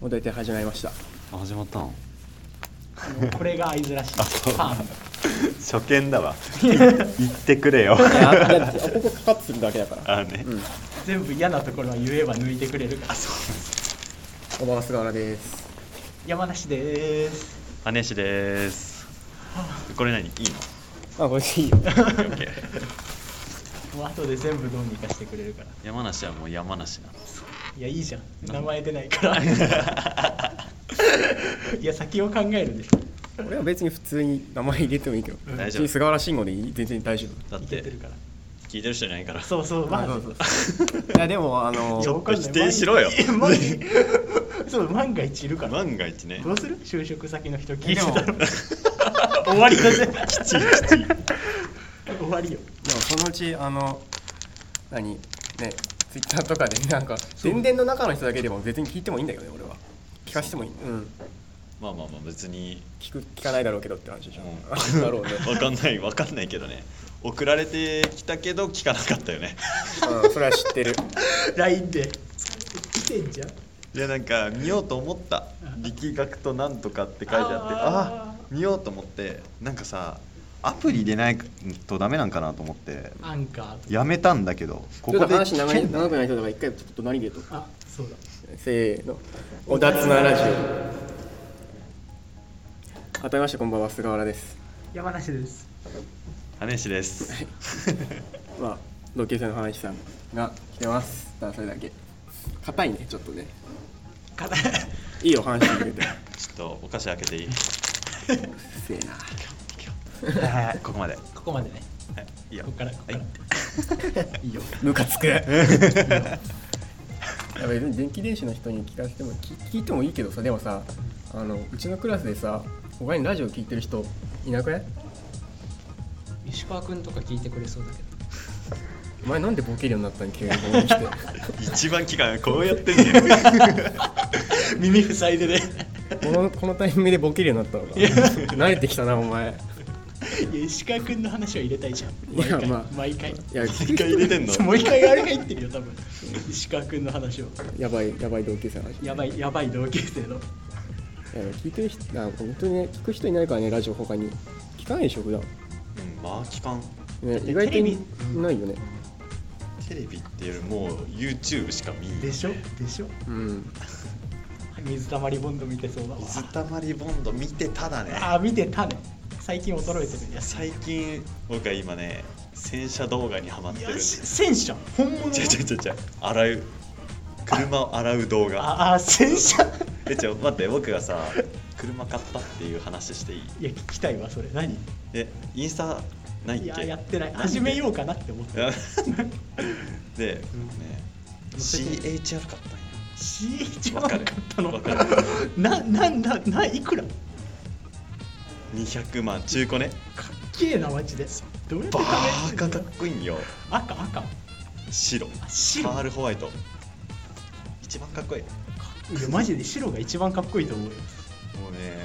もう大体始まりましたあ始まったのもうこれが合図らしいパン初見だ わ言ってくれよあだってあここかかってるだけだからあね、うん全部嫌なところは言えば抜いてくれるから小川菅原です山梨でーす羽根ですこれ何いいのあこれいいよもう後で全部どうにかしてくれるから山梨はもう山梨なんですいやいいじゃん名前出ないからいや先を考えるでしょ俺は別に普通に名前入れてもいいけど大別丈に夫菅原慎吾でいい全然大丈だっいけててるから聞いてる人いないからそうそうまあそうそう夫いやでもあのいやわかんないちょっと否定しろよ万が一そう万が一いるから万が一ねどうする就職先の人聞いてえたでら 終わりだぜきちいきちい 終わりよでもそのうちあの何ねツイッターとかでなんか宣伝の中の人だけでも別に聞いてもいいんだけどね俺は聞かしてもいい、うん、まあまあまあ別に聞く聞かないだろうけどって話でしょ、うんだろうね、わかんないわかんないけどね送られてきたけど聞かなかったよねうん、それは知ってる LINE で来てんじゃんいやなんか見ようと思った力学となんとかって書いてあってああ見ようと思ってなんかさアプリでないとダメなんかなと思ってアンカーとやめたんだけどこちょっことで話長い長くない人とか一回ちょっと隣でとかあそうだせーのおだつなラジオ改めましてこんばんは菅原です山梨です羽氏ですまあ同級生の花石さんが来てますただそれだけ硬いねちょっとねかいいよ話してくれてちょっとお菓子開けていいうっせえなはいここまでは ここまでねいいいよこっからこっからはいいいよムカつくやべ電気電子の人に聞かせても聞聞いてもいいけどさでもさあのうちのクラスでさ他にラジオ聞いてる人いなくない石川君とか聞いてくれそうだけどお前なんでボケるようになったの急にここに来て一番期間こうやってん ね 耳塞いでね このこのタイミングでボケるようになったのか慣れてきたなお前いや石川君の話は入れたいじゃんいや毎回、まあ毎 回いや一回入れてんのもう一回あれが言ってるよ多分 石川君の話をやばいやばい同級生の話やばいやばい同級生のいや聞いてる人あ本当にね聞く人いないからねラジオ他に聞かないでしょ普段、うんまあ期間ね、て意外とテレビいないよねテレビっていうよりもう YouTube しか見んでしょでしょうん水たまりボンド見てそうだわ水たまりボンド見てただねあ見てたね最近衰えてるいやや最近僕は今ね洗車動画にハマっているんやでし戦車本物のちゃちゃちゃちゃ洗う車を洗う動画ああ戦車 えちょ待って僕がさ車買ったっていう話していいいや聞きたいわそれ何でインスタないっけいややってないんで始め ようかなって思っていやで、ねうん、 CHR 買ったんよ CH わはか買るったのわかるななんだないくらか200万中 古ねっけえなマジでどうやってバ食ーべカかっこいいんよ赤赤白あ白パールホワイト一番かっこいいもいやマジで白が一番かっこいいと思うよ、うね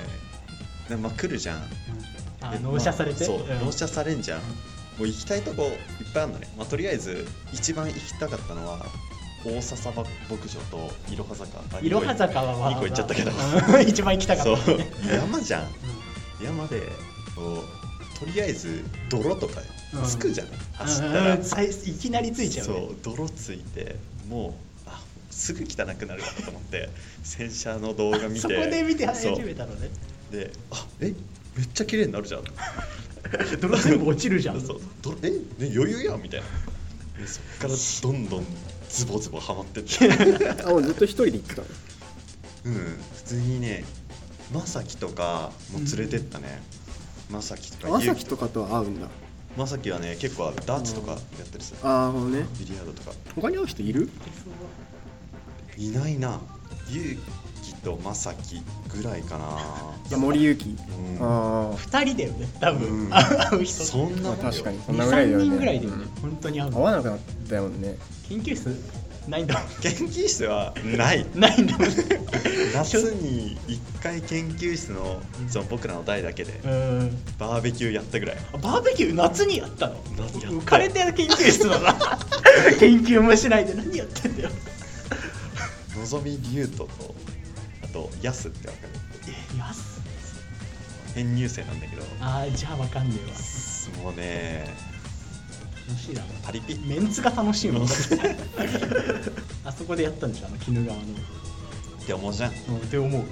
でまあ来るじゃんあで納車されて、まあそう、ん納車されんじゃんもう行きたいとこいっぱいあるのね、まあ、とりあえず一番行きたかったのは大笹牧場といろは坂あいろは坂は2個行っちゃったけどうん一番行きたかそっうた、ね、 山じゃん山でこうとりあえず泥とかうんつくじゃん、走ったうんら、うんさいいきなりついちゃう,、そね、う泥ついてもうあすぐ汚くなると思 って洗車の動画見てそこで見て始そうめたのねであえめっちゃ綺麗になるじゃん 泥全部落ちるじゃんそうどえ、ね、余裕やんみたいなでそっからどんどんズボズボハマってって うあもうずっと一人で行ってたのん普通にねまさきとかも連れてったね、まさきとかまさきとかとは合うんだまさきはね結構ダーツとかやったりする、ああほねビリヤードとか他に会う人いるいないなゆうきとまさきぐらいかな山森ゆうきうんあ二人だよね多分、うん会う人そんあまあなもんよ確かにそんなぐらいだよ23ね人ぐらいで、ねうん本当に会う会のわなくなったもんね研究室ないんだもん研究室はないない んだもんう夏に1回研究室のその僕らの代だけでーんバーベキューやったぐらいあバーベキュー夏にやったの夏やった浮か れてる研究室だな研究もしないで何やってんだよのぞみ竜斗とあとやすってわかるえやす編入生なんだけどあーじゃあわかんねえわもうね楽しいだろパリピメンツが楽しい もんあそこでやったんじゃんあの鬼怒川のって思うじゃんうんって思う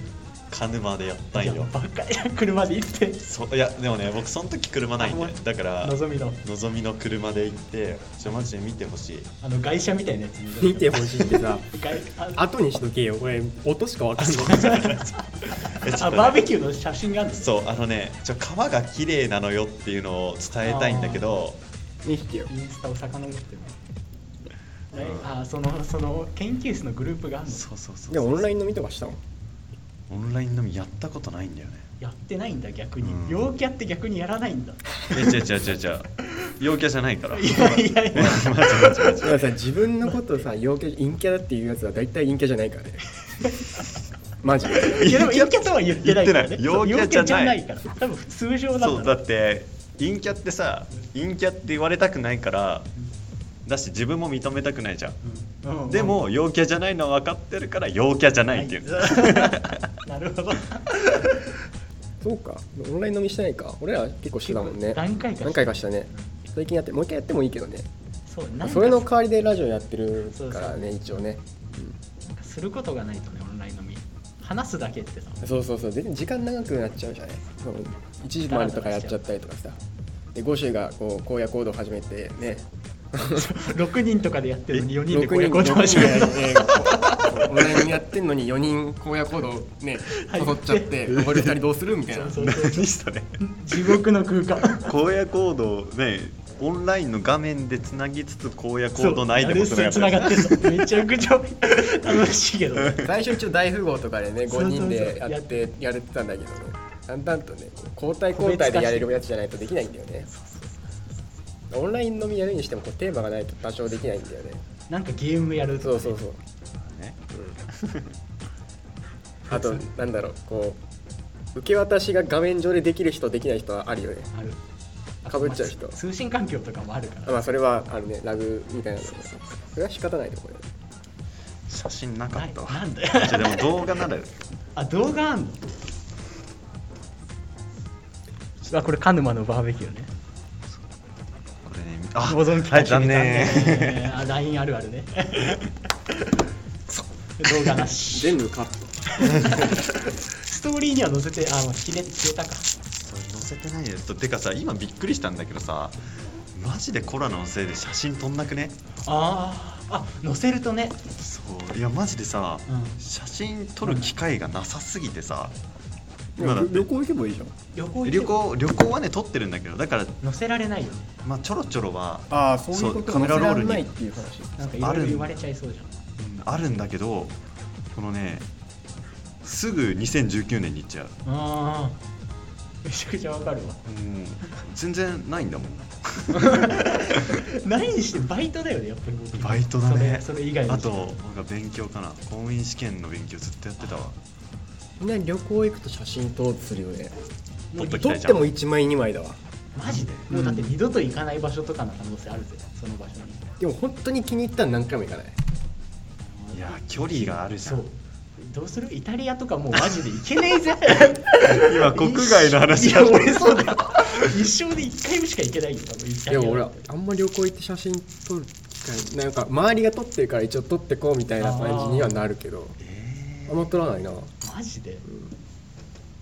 鹿沼でやったんいやよバカや車で行ってそういやでもね僕その時車ないんあでほんまだからのぞみののぞみの車で行ってちょマジで見てほしいあの外車みたいなやつ見てほしいって さ外あ後にしとけよ俺音しかわかんないえちょあっとねバーベキューの写真があるんですそうあのねちょ川が綺麗なのよっていうのを伝えたいんだけど2匹よインスタを遡ってね、うんあそのその研究室のグループがあるのそうそうそうでもオンライン飲みとかしたもんオンライン飲みやったことないんだよねやってないんだ逆に、うん陽キャって逆にやらないんだえ違う違う違う違う陽キャじゃ ないからいや いやいやマジマジマだからさ自分のことさ陽キャ陰キャだっていうやつは大体陰キャじゃないからねマジでいやでも陽キャとは言ってないから、言ね、ってない陽キャじゃないそう陽キャじゃないから多分通常なんだそうだって陰キャってさ陰キャって言われたくないからだし自分も認めたくないじゃんうんうんでも陽キャじゃないのは分かってるから陽キャじゃないっていう なるほどそうかオンライン飲みしてないか俺ら結構してたもんね何回か何回かしたね最近やってもう一回やってもいいけどねそうなんかそれの代わりでラジオやってるからね一応ねなんかすることがないとねオンライン飲み話すだけってさ そうそうそう全然時間長くなっちゃうじゃないそう1時までとかやっちゃったりとかさでゴシュがこう荒野行動始めてね6人とかでやってるのに4人で6こういう人5人ことを始め やるってこうオンラインやってんのに4人荒野行動ねはい誘っちゃってこれ2人どうするみたいそなうそ う何そうしたね地獄の空間荒野行動ねオンラインの画面でつなぎつつ荒野行動ないでもつつなながってるがってるのめちゃくちゃ楽しいけどね最初一応大富豪とかでねそ5うそうそ人うでやってやれてたんだけどねだんだんとねこう交代交代でやれるやつじゃないとできないんだよねオンライン飲みやるにしてもこうテーマがないと多少できないんだよねなんかゲームやるそとうそうそうねあとなんだろうこう受け渡しが画面上でできる人できない人はあるよねあるかぶっちゃう人あとまあ通信環境とかもあるかあまらあそれはあるねラグみたいなのもそれは仕方ないところ写真なかなっいたわなんだよじゃでも動画なら あ動画あんのあこれ鹿沼のバーベキューねこれねあ保存期はい間残念念 あ LINE あるあるね 動画なし全部カットストーリーには載せてあもう消え消えたかそう載せてないですとてかさ今びっくりしたんだけどさマジでコロナのせいで写真撮んなくねあーあ載せるとねそういやマジでさ、うん写真撮る機会がなさすぎてさ、今だっ旅て旅行行けばいいじゃん旅行行け旅行旅行はね撮ってるんだけどだから載せられないよねまあちょろちょろはああそういうことそうカメラロールにないっていう話なんかいろいろ言われちゃいそうじゃんうんあるんだけどこのねすぐ2019年に行っちゃう、あーめちゃくちゃわかるわ 全然ないんだもん何にしてバイトだよねやっぱり僕 バイトだねそれそれ以外のあと僕は勉強かな公務員試験の勉強ずっとやってたわみんな旅行行くと写真撮ろうとするよねもう撮っとき撮たっいじてゃんも1枚2枚だわマジでもうだって二度と行かない場所とかの可能性あるぜその場所にでも本当に気に入ったら何回も行かないいや距離があるじゃそんうどうするイタリアとかもうマジで行けねえぜ 今国外の話いだやった俺そうだよ一生で一回もしか行けないよ多分イいタリやア俺あんま旅行行って写真撮る機会なんか周りが撮ってるから一応撮ってこうみたいな感じにはなるけどえあんま撮らないなマジでー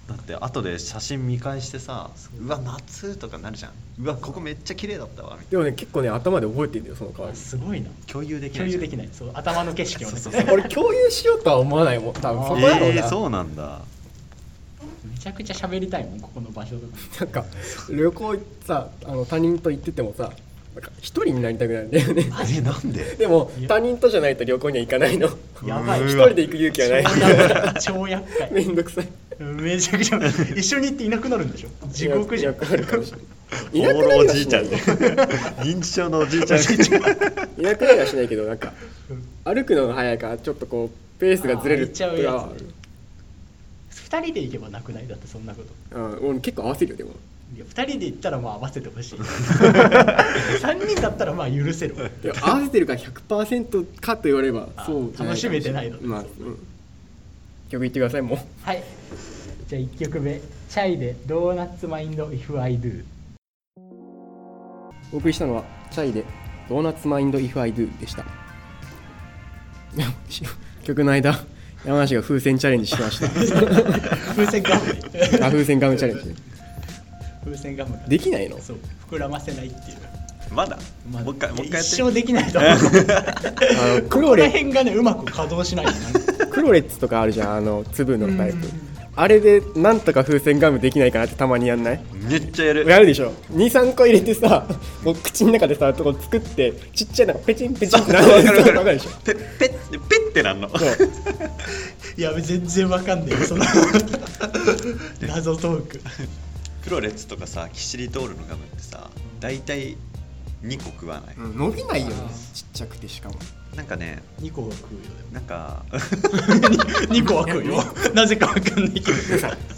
だって後で写真見返してさうわ夏とかなるじゃんうわここめっちゃ綺麗だったわみたいでもね結構ね頭で覚えてるんだよその代わありすごいなな共有できな共いじ有ゃんできないそう頭の景色をねそうそうそう俺共有しようとは思わないもん多分そこだろうえな、ー、そうなんだめちゃくちゃ喋りたいもんここの場所とかなんか旅行行ってさあの他人と行っててもさなんか一人になりたくなるんだよね えなんででもいや他人とじゃないと旅行には行かないのやばいう一わ人で行く勇気はない超厄介 めんどくさいめちゃくちゃ一緒に行っていなくなるんでしょ地獄じゃんいやあるかもしれないいなオーくなルおりはじいしちなゃんいで認知症のおじいちゃんがいなくなりはしないけどなんか歩くのが早いからちょっとこうペースがずれるあー行っちゃうやつとか二人で行けばなくないだってそんなことうん、俺結構合わせるよでもいや2人で行ったらまあ合わせてほ しい3人だったらまあ許せるわいや合わせてるから100%かと言われればあそうじゃ楽しめてかもないのまあ、うん曲言ってくださいもうはいじゃあ1曲目「チャイでドーナツマインド If I Do お送りしたのはチャイでドーナツマインド If I Do でした いやし曲の間山梨が風船チャレンジしま した」風船ガムねあ風船ガムチャレンジ風船ガムができないのそう膨らませないっていう まだ、まあもう一回もう一いや回やって一生で きないと思うあのクロこのレ辺がねうまく稼働しないのなんかクロレッツとかあるじゃんあの粒のタイプあれでなんとか風船ガムできないかなってたまにやんないめっちゃやるやるでしょ23個入れてさ もう口の中でさとこ作ってちっちゃいなんかペチンペチンってなるわかるわかるわかるでしょペッペッてペッてなんのそういや全然わかんない その謎トークプロレッツとかさキシリトールのガムってさ大体2個食わない、伸びないよねちっちゃくてしかもなんかね2個は食うよ なんか2個は食うよなぜかわかんないけど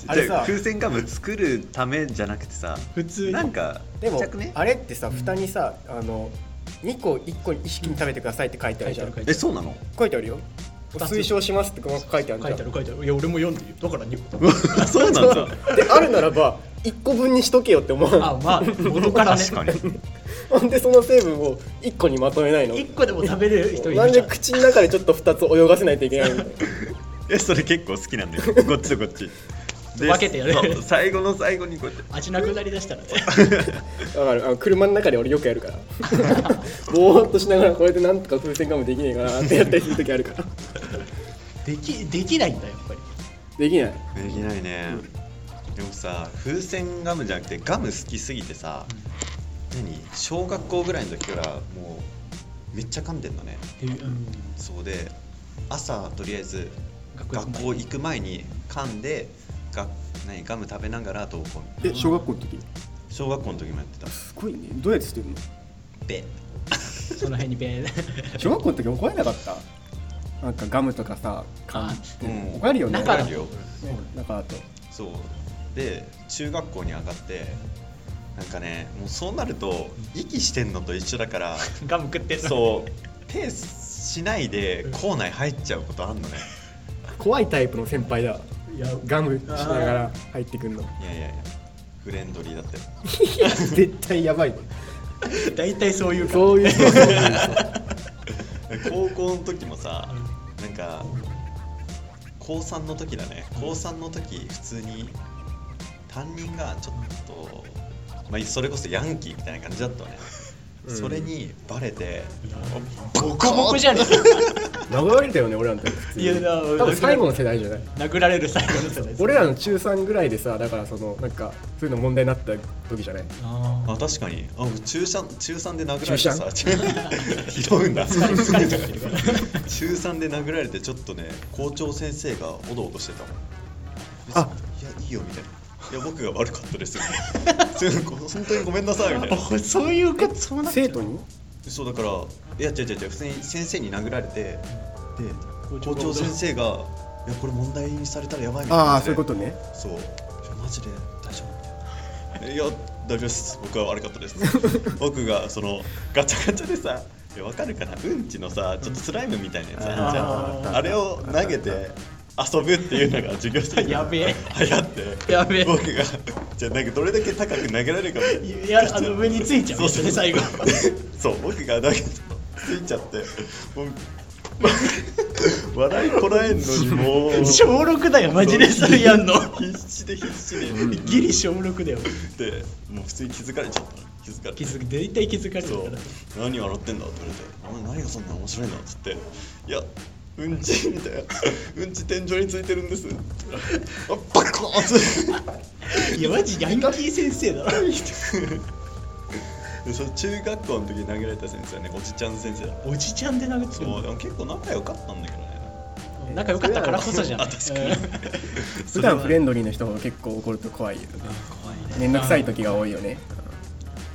あれじゃさ風船ガム作るためじゃなくてさ普通になんかでもちっちゃくねあれってさ蓋にさあの2個1個一式に食べてくださいって書いてあるじゃん書いてえあるそう なの書いてあるよ二つ推奨しますって書いてある書いてじあゃる書いてあるいや俺も読んでるよだから2個あそうなんだんであるならば1個分にしとけよって思う あまあ元からね確かにほんでその成分を1個にまとめないの1個でも食べれる人いなるんじゃでん口の中でちょっと2つ泳がせないといけないみたいなえそれ結構好きなんだよ こっちとこっちで分けてやるそう最後の最後にこうやって味なくなりだし たらねだからあの車の中で俺よくや るからぼーっとしながらこれでなんとか風船ガムできねえかなってやったりする時ある からできできないんだやっぱりできないできないね、でもさ風船ガムじゃなくてガム好きすぎてさ、何小学校ぐらいの時からもうめっちゃ噛んでんのねでうんそうで朝とりあえず学学校行く前に噛んでが何ガム食べながら登校え小学校の時小学校の時もやってたすごいねどうやって捨てるの でその辺にベー 小学校の時怒られなかったなんかガムとかさ缶うん怒られるよね中だだるよなんかあとそうで中学校に上がってなんかねもうそうなると息してんのと一緒だからガム食ってんのそうペースしないで校内入っちゃうことあんのね怖いタイプの先輩だいやガムしながら入ってくんのいやいやいやフレンドリーだって絶対やばいね大体そういう感そういう人そういう人高校の時もさじなんか高3の時だね高3の時普通に担任がちょっと、まあ、それこそヤンキーみたいな感じだったわね、うんそれにバレてボコボコじゃね殴られたよね俺らの時普通えにいやだ多分最後の世代じゃない殴られる最後の世代俺らの中3ぐらいでさだからそのなんかそういうの問題になった時じゃないあーあ確かにあ中三中3で殴られて中さ 拾うんだ中疲れちゃってるから3で殴られてちょっとね校長先生がおどおどしてたもんあ別にいやいいよみたいないや僕が悪かったですよ本当にごめんなさいみたいなあそういうことそうなっちゃう生徒にそうだからいや違う違う違う普通に先生に殴られてで校校長先生が「いやこれ問題にされたらやばい」みたいなああそ感ういうじでことねそういやマジで大丈夫みたいな「いや大丈夫です僕は悪かった です」僕がそのガチャガチャでさいやわかるかなうんちのさちょっとスライムみたいなやつあるじゃあーんあれを投げて遊ぶっていうのが授業中にやべえ流行ってやべえ僕がじゃあなんかどれだけ高く投げられるかみたいないやあの上についちゃうそうよそうね最後 そう僕が投げてついちゃってもう 笑いこらえんのにも う小6だよマジでそれ やんの必死で必死で生きギリ小6だよてもう普通に気づかれちゃった気づかれ気てづく大体気づかれそうるから何笑ってんだって言われてお前何がそんな面白いのっつっていやうんちみたいなうんち天井についてるんですあバコーンつっていやマジヤンキー先生だろ でその中学校の時に投げられた先生はねおじちゃん先生だおじちゃんで殴ってるそうのでも結構仲良かったんだけど ね仲良かったからこそじゃんあ確かに普段フレンドリーの人も結構怒ると怖いよね面倒くさい時が多いよね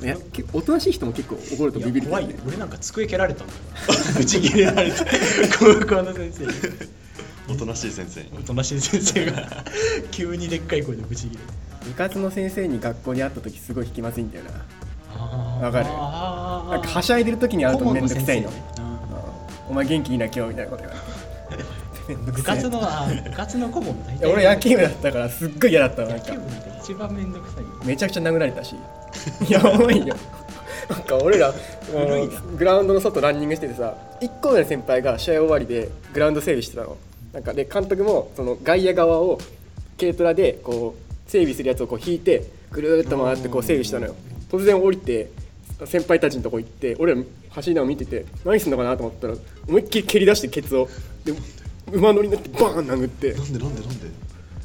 いや結構おとなしい人も結構怒るといビビやる怖よいよね俺なんか机蹴 られたんだよ打ち切れられて高校の先生におとなしい先生におとなしい先生が急にでっかい声でぶち切れ部活の先生に学校に会った時すごい引きまずいんだよなあーわかるあーなんかはしゃいでる時に会うとめんどくさいの顧問先生ねう「んお前元気いいな今日」みたいなこと言われ てめんどくせ部え活のあー部活の顧問大いや俺野球部だったからすっごい嫌だったのなん野か球部なんか一番めんどくさいよめちゃくちゃ殴られたしやばいよなんか俺ら古いなうんグラウンドの外ランニングしててさ1個目の先輩が試合終わりでグラウンド整備してたのなんかで監督もその外野側を軽トラでこう整備するやつをこう引いてぐるーっと回ってこう整備したのよ突然降りて先輩たちのとこ行って俺ら走りなを見てて何すんのかなと思ったら思いっきり蹴り出してケツをで馬乗りになってバーン殴ってなんでなんでなんで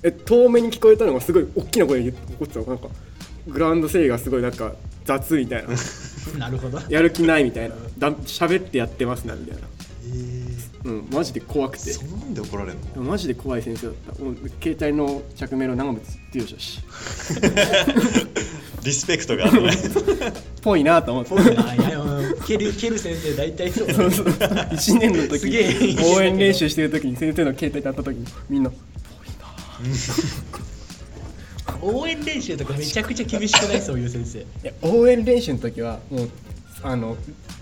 え遠目に聞こえたのがすごい大きな声で言ってたのなんかグラウンド整理がすごいなんか雑みたいななるほどやる気ないみたいなだ喋ってやってますなみたいなえー、うんマジで怖くてそんなんで怒られるのマジで怖い先生だったもう携帯の着メロ長渕剛だしリスペクトがあるねぽいなと思って あいや蹴る蹴る先生大体そうだそうねそう1年のす時げえ応援練習してる時に先生の携帯で会った時にみんな応援練習とかめちゃくちゃ厳しくないそういう先生いや応援練習の時はもうあの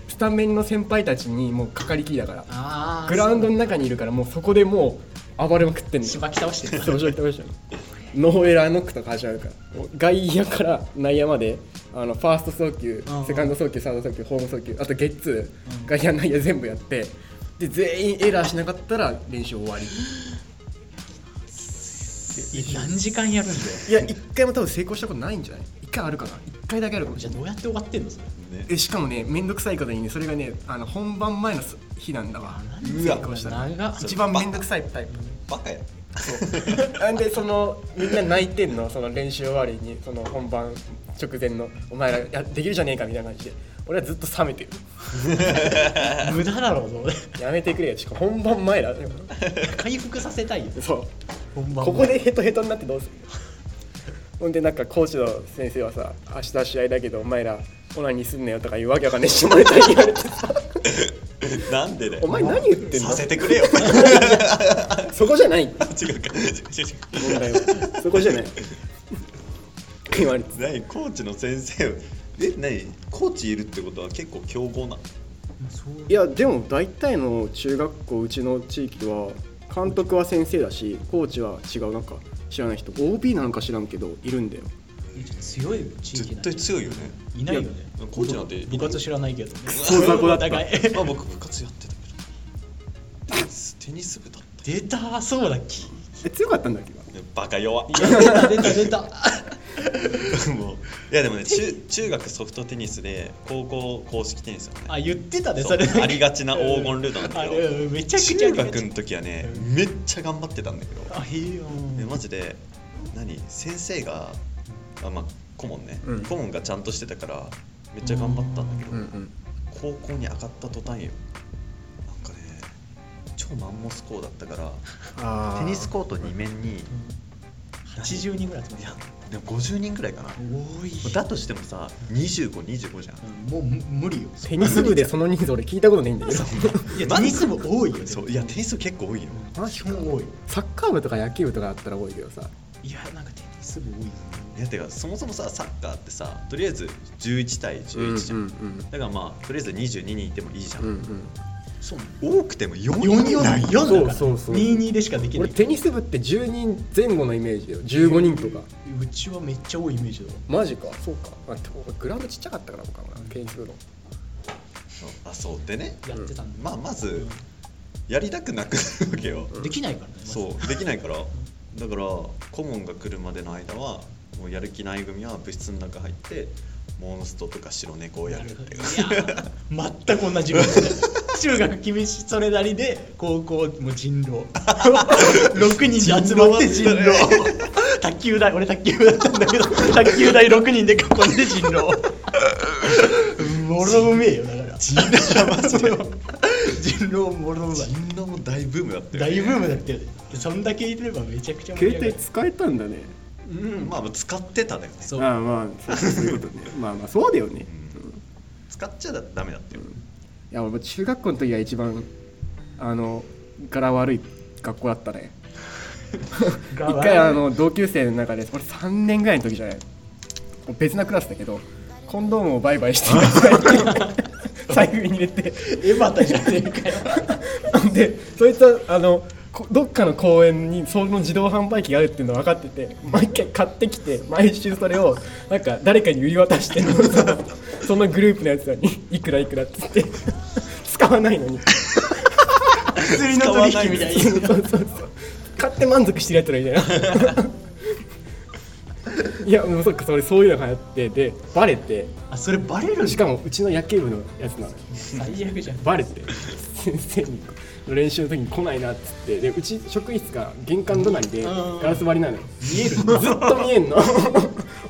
スタメンの先輩たちにもうかかりきりだからああグラウンドの中にいるからもうそこでもう暴れまくってんのしばき倒してるそうそうそうそうノーエラーノックとか始まるから外野から内野まであのファースト送球うんうんセカンド送球サード送球ホーム送球あとゲッツー、外野内野全部やってで全員エラーしなかったら練習終わり何時間やるんだよいや一回も多分成功したことないんじゃない一回あるかな一回だけあるかもしじれゃなあいどうやって終わってんのそれねえしかもねめんどくさいことにねそれがねあの本番前の日なんだわう成わ功したら長っ一番めんどくさいタイプバカやなんでそのみんな泣いてんのその練習終わりにその本番直前のお前らやできるじゃねえかみたいな感じで俺はずっと冷めてる無駄だろうそれやめてくれよしかも本番 前だよ回復させたいよそう本番ここでヘトヘトになってどうするほんでなんかコーチの先生はさ明日試合だけどお前らオナニーすんなよとかいうわけわかんない下ネタ言われてさなんでだよお前何言ってんのさせてくれよ そこじゃない違うか違う違う違う問題はそこじゃない 言われて何コーチの先生え何コーチいるってことは結構強豪なのいやでも大体の中学校うちの地域は監督は先生だしコーチは違うなんか知らない人 OB なんか知らんけどいるんだよ強い地域絶対強いよねいないよねコーチなんていない部活知らないけどそう雑魚だったお互いまあ僕部活やってたけどテニステニス部だっ出たそうだっけえ強かったんだっけどたバカ弱い 出た出た出たもういやでもね中中学ソフトテニスで高校公式テニスだねあ言ってたねそそうれありがちな黄金ルートなんだあけれどうんめちゃくちゃあ中りがち学の時はねうめっちゃ頑張ってたんだけどあいいよえマジで何先生があまあ顧問ね、うん顧問がちゃんとしてたからめっちゃ頑張ったんだけど、ん高校に上がった途端よなんかね超マンモス校だったからあテニスコート2面に80人ぐらい集まっでたも50人くらいかな多いだとしてもさ2525じゃんうんもうむ無理よテニス部でその人数俺聞いたことないんだけどいやテニス部多いよそういやテニス結構多いよマ基ジか本多いサッカー部とか野球部とかあったら多いけどさいやなんかテニス部多いよいやてかそもそもさサッカーってさとりあえず11対11じゃん、んだからまあとりあえず22人いてもいいじゃん、んそう多くても4人4人ない4だからそうそうそう22でしかできな俺いテニス部って10人前後のイメージだよ15人とかうちはめっちゃ多いイメージだわマジかそうかあでも俺グラウンドちっちゃかったから僕はテニス部のあそうでねやってたんだまあまずやりたくなくなるわけよ、できないからねまずそうできないからだから顧問が来るまでの間はもうやる気ない組は部室の中入ってモンストとか白猫をやるっていういや全く同じことだよ 中学厳しいそれなりで高校も人 狼6人で集まって人狼卓球台俺卓球部だったんだけど卓球台6人で囲んで人狼もろうめえよだから人狼 人狼もろうまい人狼も大ブームだったよね大ブームだったよねそんだけいればめちゃくちゃ盛携り上がる帯使えたんだねうんまあ使ってただよねそうああまあそうそういうことねまあまあそうだよね、うん使っちゃダメだったよいや俺中学校の時が一番あの柄悪い学校だったね一回あの同級生の中で俺3年ぐらいの時じゃない別なクラスだけどコンドームを売買して 財布に入れてエバタじゃねえかよでそいつはあのこどっかの公園にその自動販売機があるっていうの分かってて毎回買ってきて毎週それをなんか誰かに売り渡してるそのグループのやつらにいくらいくらっつって使わないのに薬の取引みたいそうにそうそう買って満足してるやつらいたいないやもうそっかそれそういうのが流行ってでバレてあそれバレるししかかもうちの野球部のやつなの最悪じゃんバレて先生に練習の時に来ないなっつってでうち職員室が玄関隣でうんガラス張りなのよ見えるずっと見えんの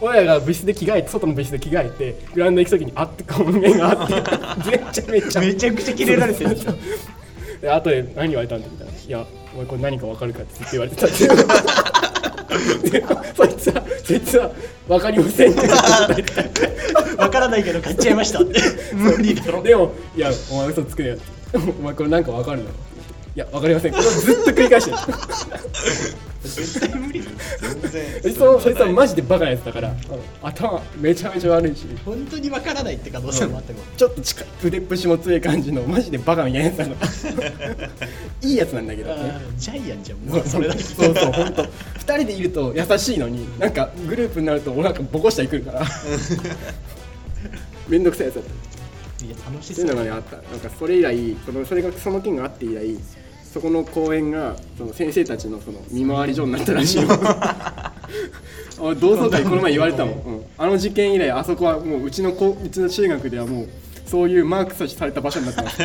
親が部室で着替えて外の部室で着替えてグラウンド行く時にあってこの面があ ってめちゃめちゃめちゃくちゃキレられてるじゃん で後で何言われたんだみたいな「いやお前これ何か分かるか」ってずっと言われてた っていうでそいつはそいつは分かりませんって言 ってたわからないけど買っちゃいましたって 無理だろでも「いやお前嘘つくねよ」 お前これなんか分かるの?」いや分かりませんこれをずっと繰り返して る絶対無理だよ全然そいつもそいつはマジでバカなやつだから頭めちゃめちゃ悪いし本当にわからないって可能性もあったかもちょっと近い腕っぷしも強い感じのマジでバカみたいなやつ だからいいやつなんだけどねあージャイアンじゃんそもううそれだけそうそう本当二人でいると優しいのになんかグループになると俺なんかボコしたりくるから めんどくさいやつだったっいや楽してそいううのがねあったなんかそれ以来そのそれがその件があって以来そこの公園がその先生たちのその見回り所になったら しいよあ同窓会この前言われたもん、うんあの事件以来あそこはもううちの子うちの中学ではもうそういうマークさされた場所になってます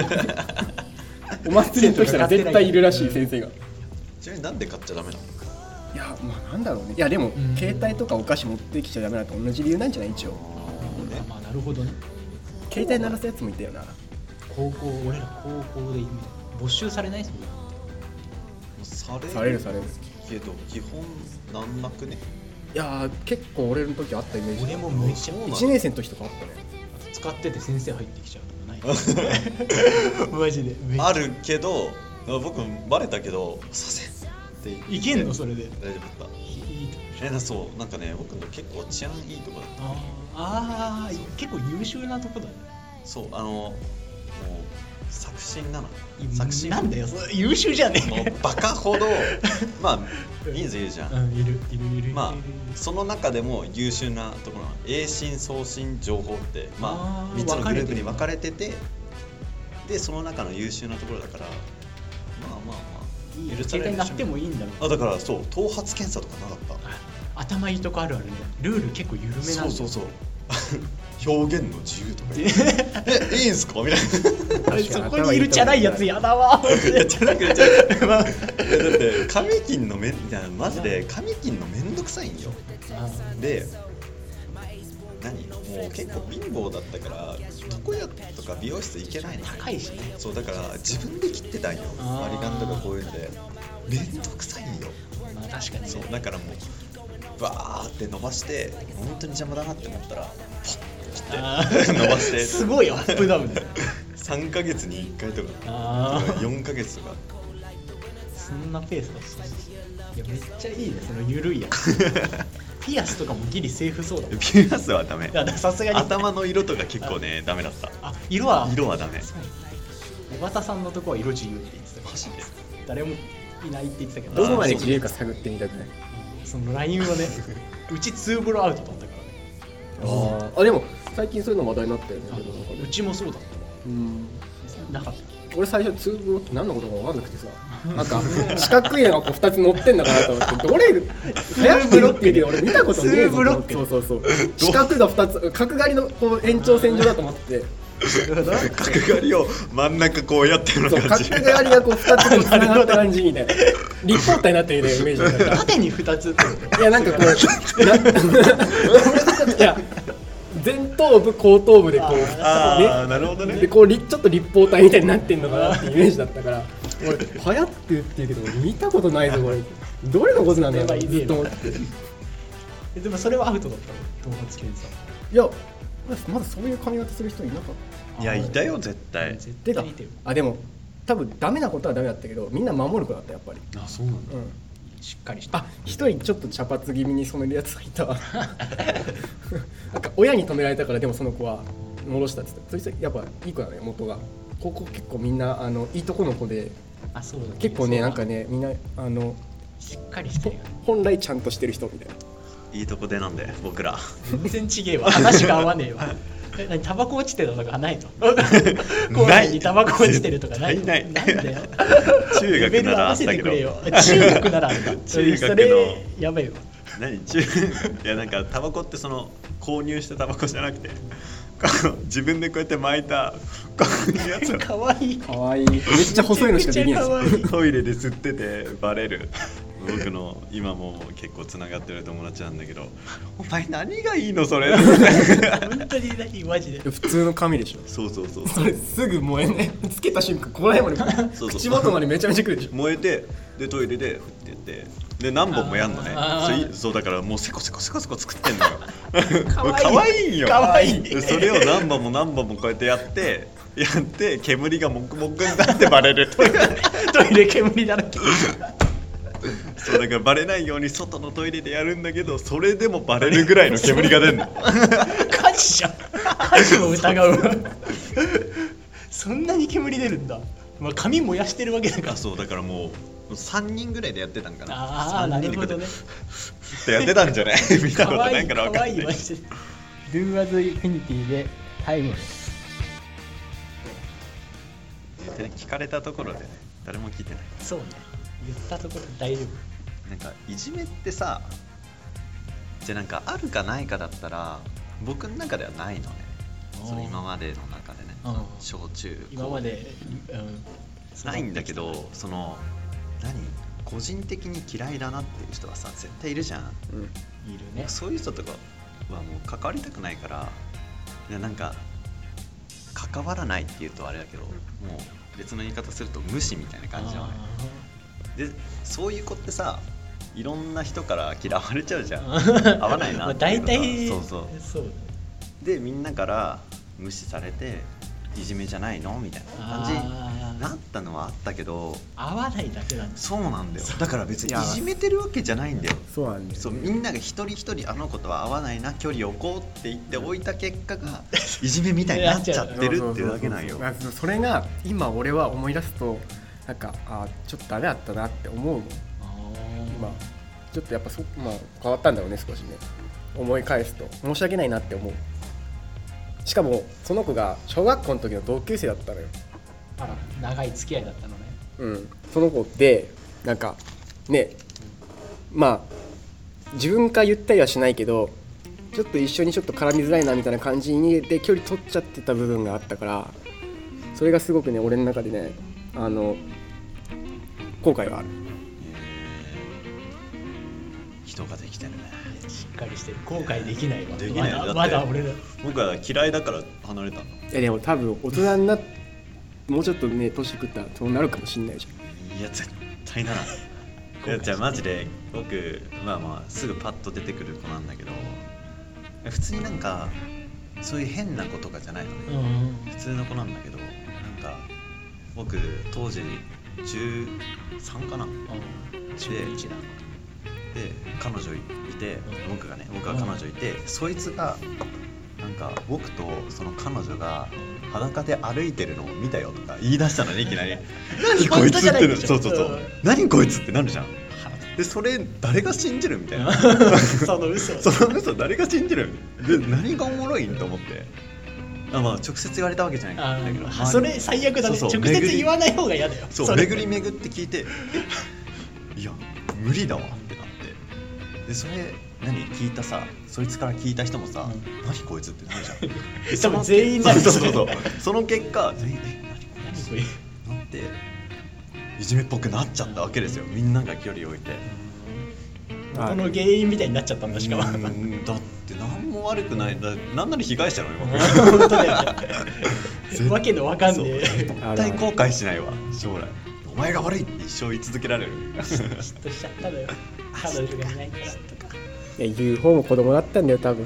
お祭りの時から絶対いるらしい先生が。ちなみになんで買っちゃダメなのいやまあなんだろうねいやでも、ん携帯とかお菓子持ってきちゃダメなと同じ理由なんじゃない一応あまあなるほどね携帯鳴らすやつもいたよな高校俺ら高校で今没収されないっすもさんれされるされるけど基本なんなくねいやー結構俺の時あったイメージ俺もめちそゃうなの1年生の時とかあったね使ってて先生入ってきちゃうとかない マジでめっちゃあるけど僕バレたけどすいませんっていけんのそれでいい大丈夫だっと思うたえなそうなんかね僕の結構治安いいとこだっあーあー結構優秀なとこだねたそうあのもう作新なのい作新なんだよそれ優秀じゃねもえうバカほ どまあ人数いるじゃん、うんいるいるいるいるまあその中でも優秀なところなの栄新送信情報ってまああー3つのグループに分かれててでその中の優秀なところだからまあまあいいまあよ携帯るなってもいいんだろうあだからそう頭髪検査とかなかっ頭いいとこあるあるねルール結構緩めなたんだよそうそう そう表現の自由とか言って えいいんすかみたいそこにいるチャラいやつやだわ ないやじゃなくちゃだって髪金のめんいやマジで髪金のめんどくさいんよで何もう結構貧乏だったから床屋とか美容室行けないの高いしねそうだから自分で切ってたんよあー割り勘とかこういうんでめんどくさいんよまあ確かにそうだからもうバーって伸ばして本当に邪魔だなって思ったらあパッてー伸ばしてすごいアップダウンだ3ヶ月に1回とかああ4ヶ月とかそんなペースだったいやめっちゃいいねその緩いやつ ピアスとかもギリセーフそうだもんいピアスはダメやさすがに頭の色とか結構ねダメだったあ色は色はダメそう小畑さんのとこは色自由って言ってたマジで誰もいないって言ってたけどどこまで自由か探ってみたくないそのラインはねうち2ブロアウトだったからねああでも最近そういうの話題になったよねでもなんかうねちもそうだっうんたなかっ俺最初通風呂って何のことか分かんな くてさなんか四角いのがこう2つ乗ってんのかなと思ってどれ流行ってるっていうけど俺見たことねえぞツーブロックそうそうそう四角が2つ角刈りのこう延長線上だと思っててた角刈りを真ん中こうやってるそのう、角感じ刈りがこう二つに繋がった感じみたいな。立方体になってるみたいなイメージだか縦に2つってことら。いや、なんかこう、な いや、前頭部、後頭部でこう、ああね。なるほどねでこうりちょっと立方体みたいになってんのかなってイメージだったから俺流行ってるって言うけど俺見たことないぞこれどれのことなんだろうずっと思っていえでもそれはアウトだったの頭髪検査やまだそういう髪型する人いなかっいやいたよ絶対絶てか対いたよあでも多分ダメなことはダメだったけどみんな守る子だったやっぱりあそうなんうんしっかりしてあ一人ちょっと茶髪気味に染めるやつがいたなんか親に止められたからでもその子は戻したっつってそいつやっぱいい子なのよ元が高校結構みんなあのいいとこの子であそうだね結構ねそうだなんかねみんなあのしっかりしてるよね本来ちゃんとしてる人みたいないいとこでなんで僕ら全然ちげえわ話が合わねえわえ何タバコ落ちてると かないと校内にタバコ落ちてるとかないのないなんだよ中レ学ベルなら合あわっせたてけくどれよ中学ならあんだ中学のそれやべえわ何中いやなんかタバコってその購入したタバコじゃなくてこう自分でこうやって巻いたこういうやつをかわいいかわいいめっちゃ細いのしかできないめちゃくちゃ可 ト愛いイレで吸っててバレる僕の今もう結構つながってる友達なんだけど「お前何がいいのそれ」本当に何マジで普通の髪でしょそうそうそうそれすぐ燃えねつけた瞬間ここら辺ま でそうそう口元までめちゃめちゃくるでしょ燃えてでトイレで振ってやってで何本もやんのねあーそうそうだからもうセコセコセコセコ作ってんのよかわいい可愛いんよ可愛いでそれを何本も何本もこうやってやってやって煙がもくもくになってバレるトイレ煙だらけそうだからバレないように外のトイレでやるんだけどそれでもバレるぐらいの煙が出んの火事じゃん火事を疑うわそんなに煙出るんだ、まあ、髪燃やしてるわけだからあそうだからもう3人ぐらいでやってたんかなああな三人るでほどこうねやってやってたんじゃない 見たかことわないいいかから分わかかんんないない Do as Infinity でタイムです聞かれたところでね誰も聞いてないそうね言ったところで大丈夫なんかいじめってさじゃあなんかあるかないかだったら僕の中ではないのねあーその今までの中でねうん小中今まで、うないんだけどその何個人的に嫌いだなっていう人はさ絶対いるじゃんいるねそういう人とかはもう関わりたくないからいやなんか関わらないっていうとあれだけどもう別の言い方すると無視みたいな感じなのねでそういう子ってさいろんな人から嫌われちゃうじゃん合わないなってい大うのが体そうそうそうでみんなから無視されていじめじゃないのみたいな感じにあーなったのはあったけど合わないだけなんですそうなんだよだから別いにやいじめてるわけじゃないんだよそうなんだそうみんなが一人一人あの子とは合わないな距離を置こうって言って置いた結 果がいじめみたいになっちゃってるっていうだけなんよそうそうそうそうそれが今俺は思い出すとなんかあーちょっとダメだったなって思うもんあ今ちょっとやっぱそ、まあ、変わったんだろうね少しね思い返すと申し訳ないなって思うしかもその子が小学校の時の同級生だったのよーあら長い付き合いだったのねうん、その子ってなんかねまあ自分から言ったりはしないけどちょっと一緒にちょっと絡みづらいなみたいな感じにで距離取っちゃってた部分があったからそれがすごくね俺の中でねあの後悔はある人ができてるねしっかりしてる後悔できないわできないまだってだまだ俺ら僕は嫌いだから離れたのいやでも多分大人になってもうちょっとね年食ったらそうなるかもしんないじゃいや絶 対ならないいやじゃあマジで僕まあまあすぐパッと出てくる子なんだけど普通になんかそういう変な子とかじゃないのうね、ん普通の子なんだけどなんか僕当時13かなで中1だ彼女いて僕がね僕は彼女いてそいつがなんか僕とその彼女が裸で歩いてるのを見たよとか言い出したのねいきなり 何こいつってなそうそうそう何こいつってなるじゃんでそれ誰が信じるみたいなその嘘その嘘誰が信じるで何がおもろいんと思ってあまあ直接言われたわけじゃなあいんだけどー周りそれ最悪だねそうそう直接言わない方が嫌だよそうそれ巡り巡って聞いてえいや無理だわってなってでそれ何聞いたさそいつから聞いた人もさ、う何こいつってなるじゃんで 多分全員なるそうそう そうその結果全員え何こい何つこれなっていじめっぽくなっちゃったわけですよみんなが距離を置いて。んこの原因みたいになっちゃったんだし かもうーんだって何も悪くないだなんなら被害者なの今本当だよねわけのわかんねそうえ絶対後悔しないわ将来お前が悪いって一生言い続けら れる嫉妬しちゃったのよ彼女がいないからんいや言う方も子供だったんだよ多分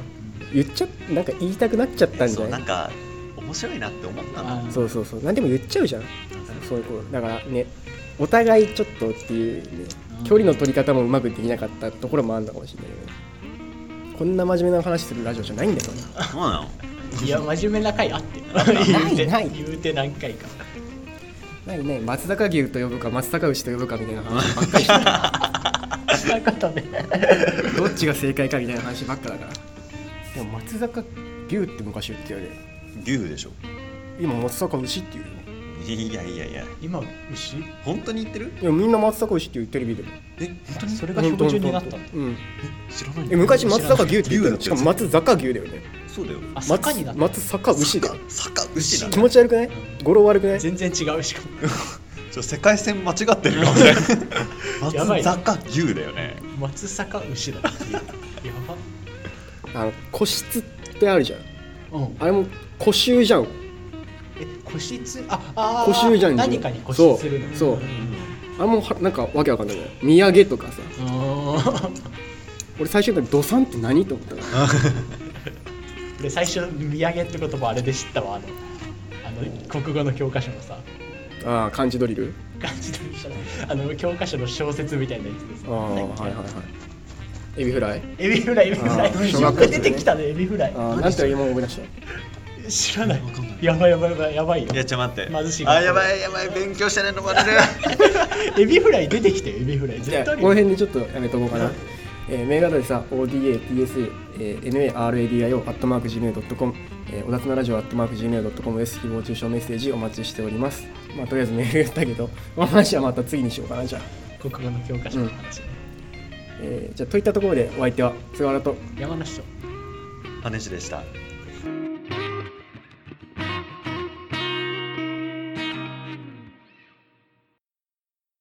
言っちゃなんか言いたくなっちゃったんじそうゃなないんか面白いなって思ったあなーそうそうそう何でも言っちゃうじゃんそういうことだからねお互いちょっとっていうね、距離の取り方もうまくできなかったところもあるのかもしれないけどこんな真面目な話するラジオじゃないんだよなそうなのいや真面目な回あってな言ういてない言うて何回かないない松坂牛と呼ぶか松坂牛と呼ぶかみたいな話ばっかりしてるそういうことね どっちが正解かみたいな話ばっかだからでも松坂牛って昔言ってたよね牛でしょ今松坂牛って言うよいやいやいや今牛本当に言ってるいやみんな松坂牛って言うテレビでえ本当にそれが標準になったのうん知らないえ昔松坂牛って言ってたの牛しかも松坂牛だよねそうだよあ坂にな松った松坂牛だよ坂坂牛だ気持ち悪くない語呂悪くない全然違うしかもちょ世界線間違ってるかもし れないやば松い坂牛だよね松坂牛だっていうやばあの個室ってあるじゃんうんあれも個臭じゃんえ個室ああー個室じゃん何かに個室するのそうそううんあれもはなんかわけわかんないじゃん土産とかさあ俺最初に土産って何と思ったのーで最初「土産」って言葉あれで知ったわあのあの国語の教科書のさああ漢字ドリル感じでしたねあの教科書の小説みたいなやつですああはいはいはいエビフライエビフライエビフラあーイ小よ学校でくね出てきたねエビフライああなんていうもの思い出した知らないわかんないやばいやばいやばいやばいよいやちょ待って貧しいあやばいやばい勉強してないのバ レるエビフライ出てきてエビフライ絶じゃ対ああこるの辺よでちょっとやめとこうかな、えー、銘柄でさ ODATSA、えー、NARADIO アットマーク Gmail.com えー、小田つなラジオアットマーク Gmail.com です誹謗中傷メッセージお待ちしておりますまあとりあえずメール言ったけどこの話はまた次にしようかなじゃあ、国語の教科書の話ねえー、じゃあといったところでお相手は菅原と山梨と羽地でした